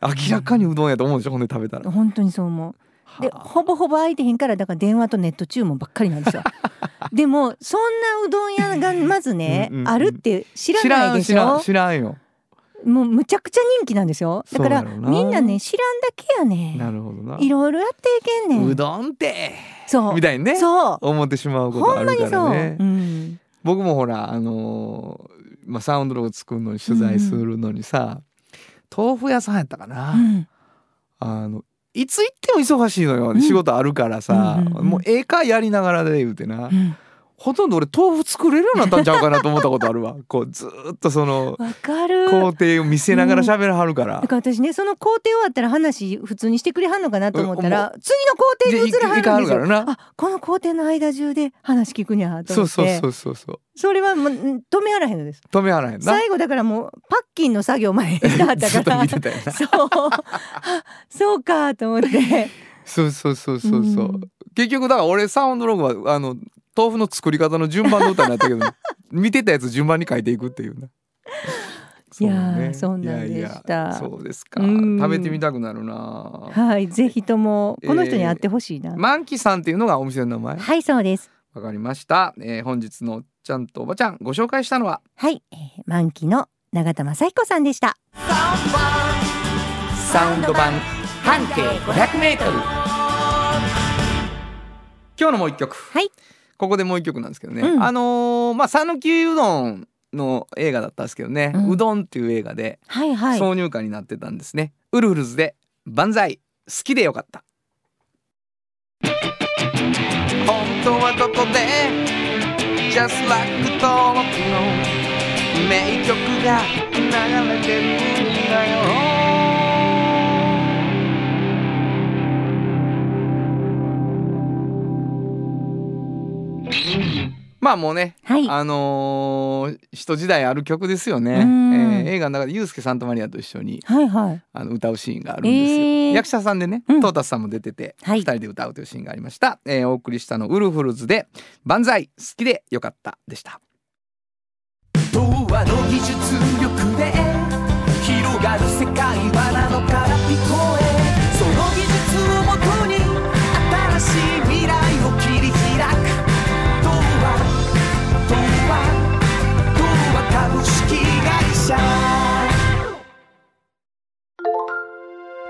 明らかにうどんやと思うでしょほんで食べたら。
本当にそう思うで
はあ
ほぼほぼ空いてへんからだから電話とネット注文ばっかりな んですよでもそんなうどん屋がまずね
うんうんうん
あるって知らないでし
知らん
ょ
知らん知らんよ
もうむちゃくちゃ人気なんですよだから
そうやろな
みんなね知らんだけや
な
ね
るほどない
ろいろやっていけんね
うんどんって
そう
みたいにね
そう
思ってしまうこと
ほ
あ
んま
る
に
か
そう、
らね
う。ん、
僕もほらあのーまあ、サウンドロゴ作るのに取材するのにさ、豆腐屋さんやったかな、
うん
あのいつ行っても忙しいのよ、
ん
仕事あるからさ、
うんうんうん
もうええかやりながらで言うてな、
うん
ほとんど俺豆腐作れるようになったんちゃうかなと思ったことある わこうずーっとその
わかる
工程を見せながら喋らはるから
だ。から私ねその工程終わったら話普通にしてくれはんのかなと思った
うん
ら次の工程に移るは
でいいかは
るん
る
で
か
す
ら
よ
な
あこの工程の間中で話聞くにゃと
そ
思
う
って
そうそうそうそう
それはもううん止めはらへんのです
止めはらへんな
最後だからもうパッキンの作業までしてはっ
ず
た
っと
から
見てたよな
そうあそうかと思 って
そうそうそうそうそう、
うん
結局だから俺サウンドログはあの豆腐の作り方の順番の歌になったけ ど見てたやつ順番に書いていくっていうな。
いやー
そ
そうう
ね
なんでした
いやいやそうですか。
うん
食べてみたくなるな。
はいぜひともこの人に会ってほしいな、
マンキさんっていうのがお店の名前。
はいそうです
わかりました。えー本日のおっちゃんとおばちゃんご紹介したのは
はい、えー、満期の永田雅彦さんでした
サウンド版半径500メートル。今日のもう一曲。
はい
ここでもう一曲なんですけどね。
うん
あのーまあ讃岐うどんの映画だったんですけどね。う
うん
どんっていう映画で
はいはい
挿入歌になってたんですね。ウルフルズで万歳好きでよかった。本当はどこで Just like 登録の名曲が流れてるんだよまあもうね、
はい
あのー、人時代ある曲ですよね、え
うん
ー映画の中でユースケ・サンタマリアと一緒に
はいはい
あの歌うシーンがあるんですよ、
えー
役者さんでね、
うん
トータスさんも出てて、二
はい
人で歌うというシーンがありました、えーお送りしたのウルフルズで万歳好きでよかったでした
童話の技術力で広がる世界はなのから聞こえその技術をもとに新しい未来を切り開く童話童話童話株式会社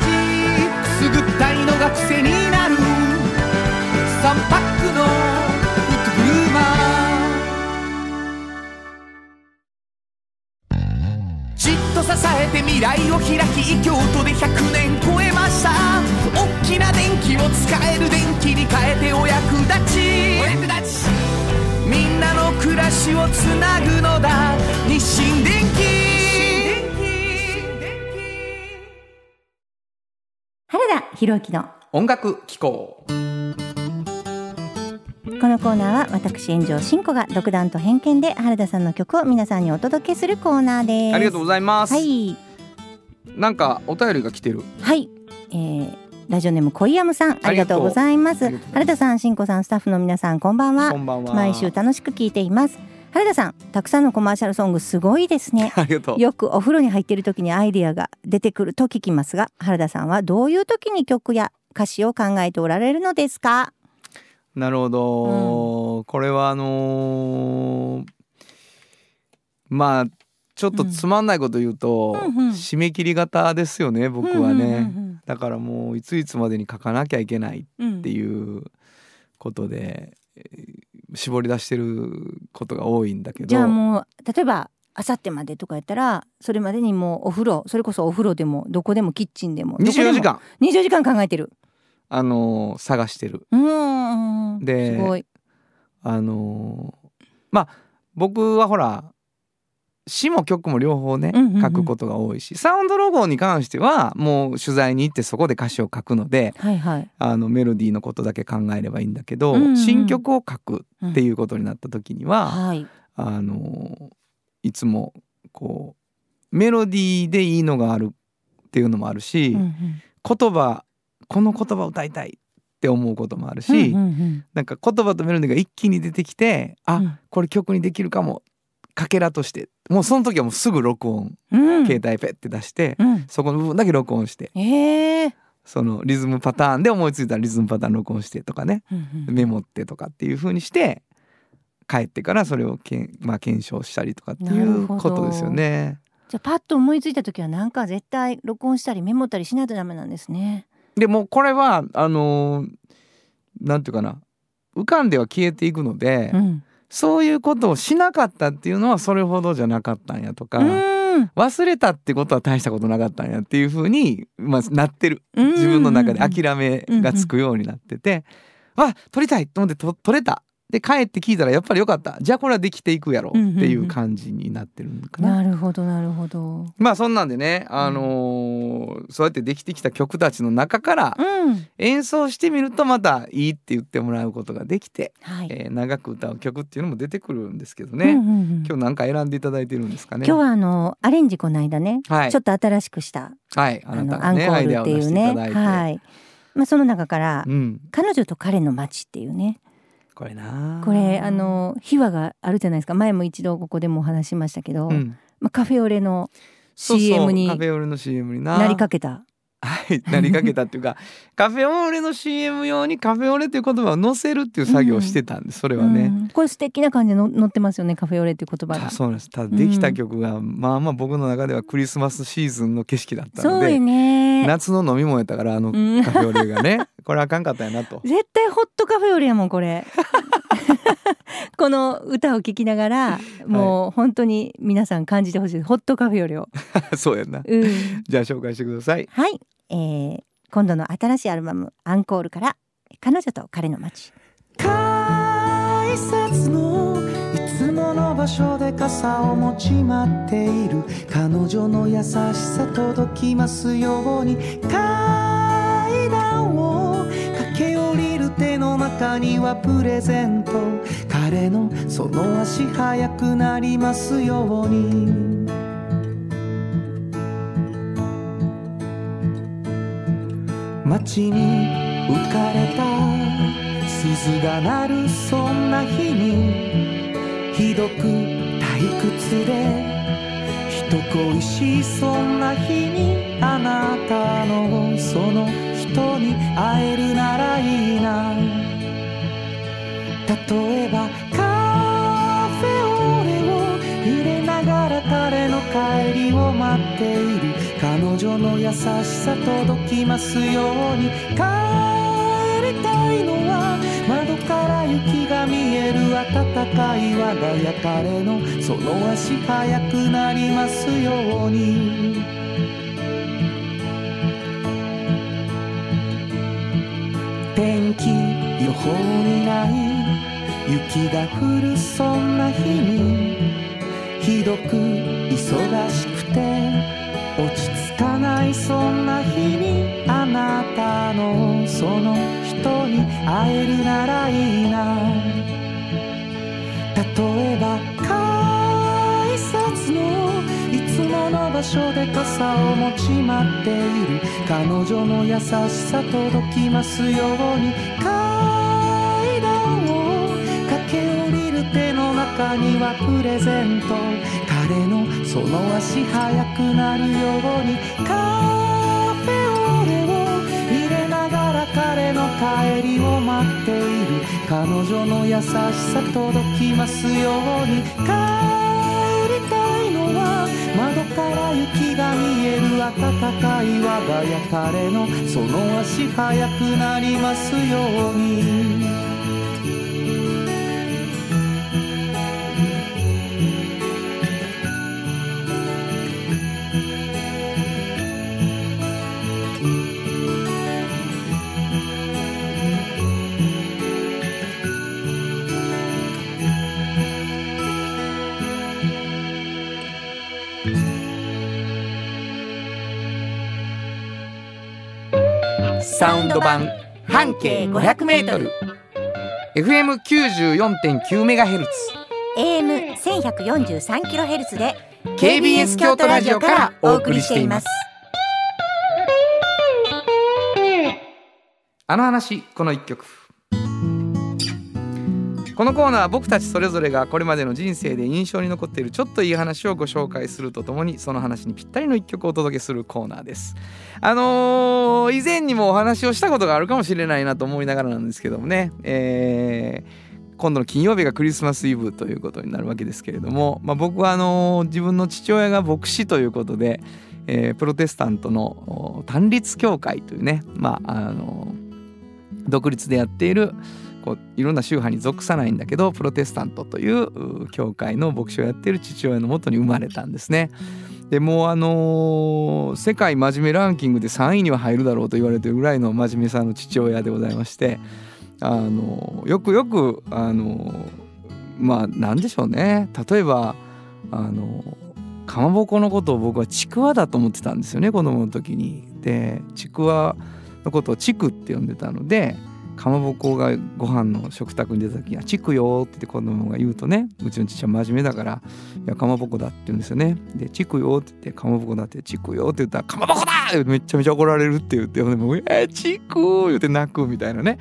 ジくすぐったいのが癖になる3パックのフットグルーマーじっと支えて未来を開き京都で100年超えました大きな電気を使える電気に変えてお役立ちお役立ちみんなの暮らしをつなぐのだ日清電気
原田博之の
音楽機構
このコーナーは私炎上真子が独断と偏見で原田さんの曲を皆さんにお届けするコーナーです
ありがとうございます、
はい
なんかお便りが来てる
はい、えー、ラジオネームコイアムさんありがとうございます
ありがとう
原田さん真子さんスタッフの皆さんこんばんは
こんばんは
毎週楽しく聞いています原田さんたくさんのコマーシャルソングすごいですね
ありがとう
よくお風呂に入っている時にアイディアが出てくると聞きますが原田さんはどういう時に曲や歌詞を考えておられるのですか
なるほど、これはあのーまあちょっとつまんないこと言うと、
うんうんうん
締め切り型ですよね僕はね、
ね
だからもういついつまでに書かなきゃいけない
っ
っていうことで、えー絞り出してることが多いんだけど
じゃあもう例えばあさってまでとかやったらそれまでにもうお風呂それこそお風呂でもどこでもキッチンでもどこでも
24時間
24時間考えてる
あのー探してる。
うーん
です
ごい
あのーまあ僕はほら詩も曲も両方ね
うんうんうん
書くことが多いし、サウンドロゴに関してはもう取材に行ってそこで歌詞を書くので
はいはい
あのメロディーのことだけ考えればいいんだけど、
うんうん
新曲を書く
っ
って
う
いうことになった時に
ん
は、
はい
あのーいつもこうメロディーでいいのがあるっていうのもあるし、
うん
言葉この言葉を歌いたいって思うこともあるし、
うんうんうん
なんか言葉とメロディーが一気に出てきてあ、
うん
これ曲にできるかもかけらとしてもうその時はもうすぐ録音、
うん
携帯ペッて出して、
うん
そこの部分だけ録音して
ええ
そのリズムパターンで思いついたらリズムパターン録音してとかねメモってとかっていう風にして帰ってからそれをけん、まあ、検証したりとかってい
なる
う
ほど
ことですよね。
じゃあパッと思いついた時はなんか絶対録音したりメモったりしないとダメなんですね
でもうこれはあのーなんていうかな浮かんでは消えていくので、
うん
そういうことをしなかったっていうのはそれほどじゃなかったんやとか、
うん
忘れたってことは大したことなかったんやっていう風に、まあ、なってる自分の中で諦めがつくようになってて、あ撮りたいと思ってと撮れたで帰って聞いたらやっぱりよかったじゃあこれはできていくやろっていう感じになってるのかな。
なるほどなるほど
まあそんなんでね、あのーそうやってできてきた曲たちの中から
うん
演奏してみるとまたいいって言ってもらうことができて、
はい
えー長く歌う曲っていうのも出てくるんですけど
うん
ね、
うんうん
今日なんか選んでいただいてるんですかね
今日はあのアレンジこの間ね、
はい
ちょっと新しくした
はい
あ
あなた
の
が
アンコ
ねアイデ
ール
ア
っ
を
て
出
い
し
う
ていた
ね
だいて、
はい、まあ、その中から
うん
「彼女と彼の街」っていうね
これな
これあの秘話があるじゃないですか前も一度ここでもお話ししましたけど、
うん
まあ、カフェオレの
そうそう
CM に
カフェオレの CM にな
なりかけた
はいなりかけたっていう かカフェオレの CM 用にカフェオレという言葉を載せるっていう作業をしてたんです、それはね、
うんこれ素敵な感じでの載ってますよねカフェオレっていう言葉
た
が。
そうなんですただできた曲が、まあまあ僕の中ではクリスマスシーズンの景色だった
そ
の
う
で、
よね
夏の飲み物やったからあの
うん
カフェオレがねこれあかんかったや なと
絶対ホットカフェオレやもん これこの歌を聴きながらもう本当に皆さん感じてほしいですホットカフェオレを、
そうやんな
うん、
じゃあ紹介してください
はい、えー、今度の新しいアルバム「アンコール」から「彼女と彼の街
改札のいつもの場所で傘を持ち待っている彼女の優しさ届きますように階段を駆け下りる手の中にはプレゼント彼のその足速くなりますように街に浮かれた鈴が鳴るそんな日にひどく退屈で人恋しいそんな日にあなたのその人に会えるならいいな例えばカフェオレを入れながら彼の帰りを待っている彼女の優しさ届きますように帰りたいのは窓から雪が見える暖かい我が家彼のその足速くなりますように天気予報にない雪が降るそんな日にひどく忙しくて落ち着かないそんな日にあなたのその人に会えるならいいな例えば改札のいつもの場所で傘を持ち待っている彼女の優しさ届きますように階段を駆け下りる手の中にはプレゼント彼のその足速くなるようにカフェオレを入れながら彼の帰りを待っている彼女の優しさ届きますように帰りたい気が見える暖かい我が家彼のその足早くなりますように
サウンド版半径 500m FM94.9MHz
AM 千百四十三キロヘルツで
KBS 京都ラジオからお送りしています。あの話この一曲このコーナーは僕たちそれぞれがこれまでの人生で印象に残っているちょっといい話をご紹介するとともにその話にぴったりの一曲をお届けするコーナーです。あのー以前にもお話をしたことがあるかもしれないなと思いながらなんですけどもね、えー今度の金曜日がクリスマスイブということになるわけですけれども、まあ、僕はあのー自分の父親が牧師ということで、えープロテスタントのお単立教会というね、まああのー独立でやっているこういろんな宗派に属さないんだけどプロテスタントというう教会の牧師をやっている父親のもとに生まれたんですね。でもうあのー世界真面目ランキングで3位には入るだろうと言われてるぐらいの真面目さの父親でございまして、あのーよくよく、あのーまあ何でしょうね例えば、あのーかまぼこのことを僕はちくわだと思ってたんですよね子供の時に。でちくわのことを「ちく」って呼んでたのでかまぼこがご飯の食卓に出た時に「あちくよ」って子供が言うとねうちの父は真面目だから「いやかまぼこだ」って言うんですよね。で「ちくよ」って言って「かまぼこだ」って「ちくよ」って言ったら「かまぼこだ!」ってめっちゃめちゃ怒られるって言ってほんでもう「えー、ちく」言って泣くみたいなね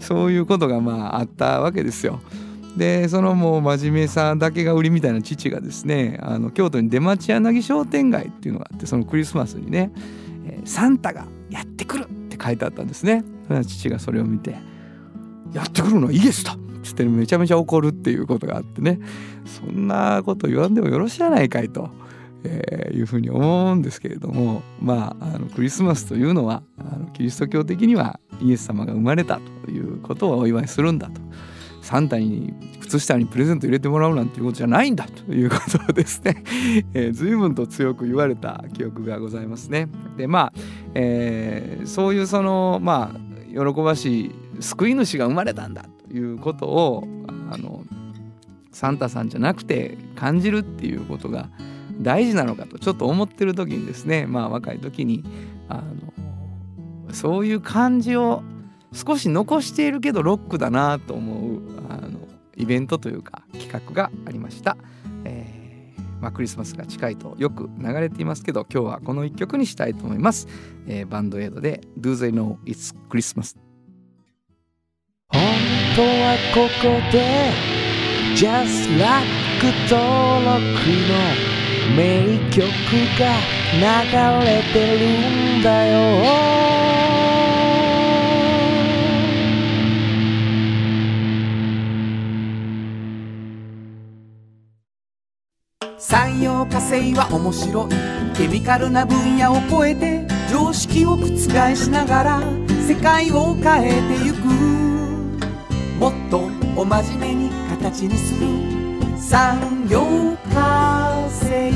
そういうことがまああったわけですよ。でそのもう真面目さだけが売りみたいな父がですねあの京都に出町柳商店街っていうのがあってそのクリスマスにねえーサンタがやってくるって書いてあったんですね。それは父がそれを見て「やってくるのはイエスだ!」つってめちゃめちゃ怒るっていうことがあってねそんなこと言わんでもよろしじゃないかいと、えーいうふうに思うんですけれどもまああのクリスマスというのはあのキリスト教的にはイエス様が生まれたということをお祝いするんだと。サンタに靴下にプレゼント入れてもらうなんていうことじゃないんだということをですね、 えー、随分と強く言われた記憶がございますね。でまあえーそういうそのまあ喜ばしい救い主が生まれたんだということをあのサンタさんじゃなくて感じるっていうことが大事なのかとちょっと思ってる時にですねまあ若い時にあのそういう感じを少し残しているけどロックだなと思うあのイベントというか企画がありました。えーまあ、クリスマスが近いとよく流れていますけど今日はこの一曲にしたいと思います。えーバンドエイドで「Do They Know It's Christmas
本当はここで Just Rock 登録の名曲が流れてるんだよ産業化成は面白いケミカルな分野を超えて常識を覆しながら世界を変えてゆくもっとお真面目に形にする産業化成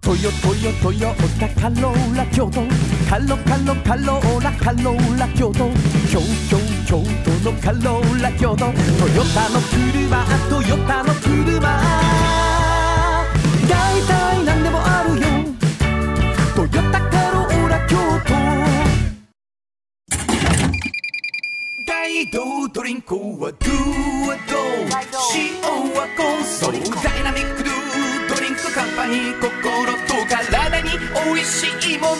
トヨトヨトヨタカローラ京都カロカロカローラカローラ京都京京京都のカローラ京都トヨタの車トヨタの車大体何でもあるよトヨタカローラ京都大道ドリンクはドゥはド塩はコンソーダイナミックドゥドリンクカンパニー心と体に美味しいものを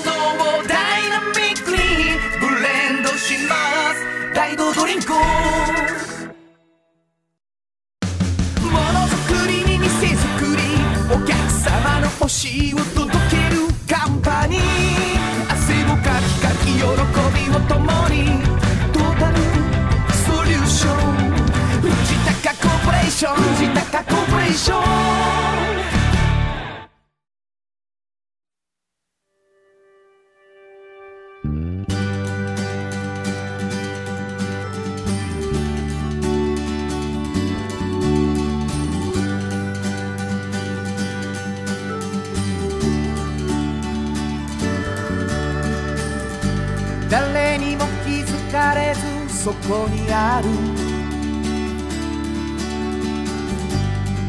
ダイナミックにブレンドします大道ドリンクをものづくりに店づくりお客様の欲しいを届けるカンパニー汗をかきかき喜びを共にトータルソリューション藤高コーポレーション藤高コーポレーションそこにある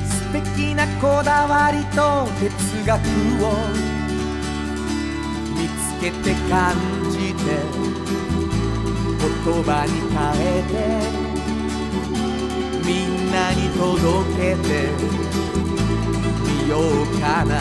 素敵なこだわりと哲学を見つけて感じて言葉に変えてみんなに届けてみようかな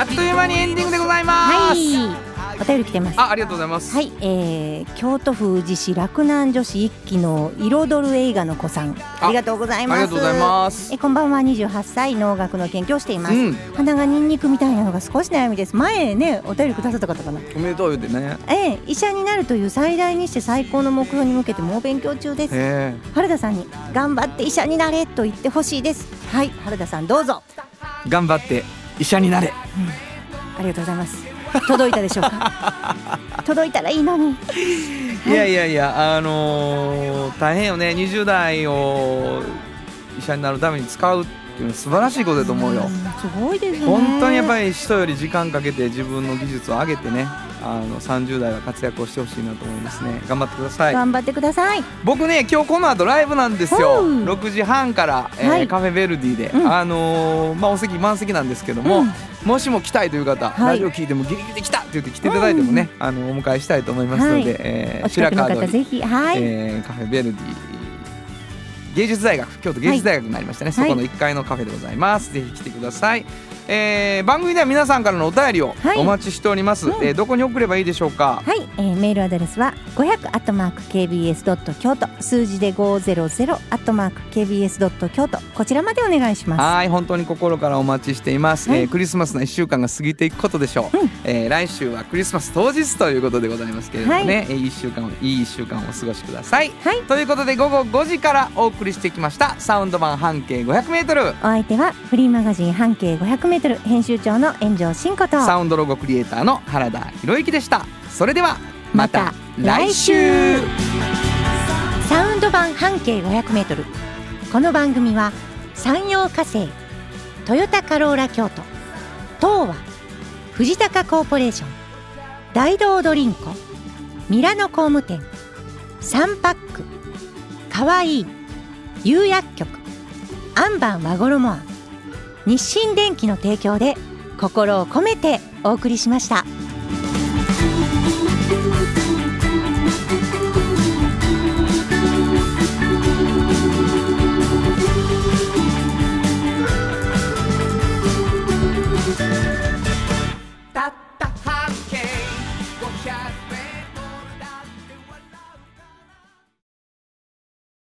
あっという間にエンディングでございます、
はいお便り来てます
あありがとうございます、
はい、えー、京都府宇治市洛南女子一期の彩る映画の子さんありがとうござい
あり
ます
がとうございます
えこんばんは28歳農学の研究をしています、
うん
鼻がニンニクみたいなのが少し悩みです前ねお便りくださった方かな
おめでとう言うてね
ええ医者になるという最大にして最高の目標に向けて猛勉強中です
え
原田さんに頑張って医者になれと言ってほしいですはい原田さんどうぞ
え頑張って医者になれ
ありがとうございます届いたでしょうか 届いたらいいのに
いやいやいやあのー大変よね20代を医者になるために使うっていうのは素晴らしいことだと思うよ
すごいですね
本当にやっぱ
り
り人より時間かけて自分の技術を上げてねあの30代は活躍をしてほしいなと思いますね頑張ってください
頑張ってください
僕ね今日この後ライブなんですよ
うん
6時半から、えー
はい
カフェベルディで、
うん
あのーまあ、お席満席なんですけども、
うん
もしも来たいという方、
は
ラ
い
ジオ聞いてもギリギリで来たって言って来ていただいてもね、あのお迎えしたいと思いますので、
はい
え
お近くの
白川
方
通り
ぜひはい、
えーカフェベルディ芸術大学京都芸術大学になりましたね、
はい
そこの1階のカフェでございます、ぜひ来てください、えー番組では皆さんからのお便りを
はい
お待ちしております、
うん
えーどこに送ればいいでしょうか
はい、えー、メールアドレスは500アットマーク kbs ドット京都数字で500アットマーク kbs ドット京都こちらまでお願いします。
はい本当に心からお待ちしています、
はい
えークリスマスの1週間が過ぎていくことでしょう、
うん
えー来週はクリスマス当日ということでございますけれどもね、
はい
えーいい1週間をいい1週間をお過ごしください
はい、
ということで午後5時からお送りしてきましたサウンド版半径 500m
お相手はフリーマガジン半径500メートル編集長の炎上真子と。
サウンドロゴクリエイターの原田博之でしたそれではまた来週
サウンド版半径500メートル。この番組は山陽火星、トヨタカローラ京都、東和、藤高コーポレーション、大道ドリンコ、ミラノ工務店、サンパック、かわいい、釉薬局、アンバン和衣庵、日清電機の提供で心を込めてお送りしました。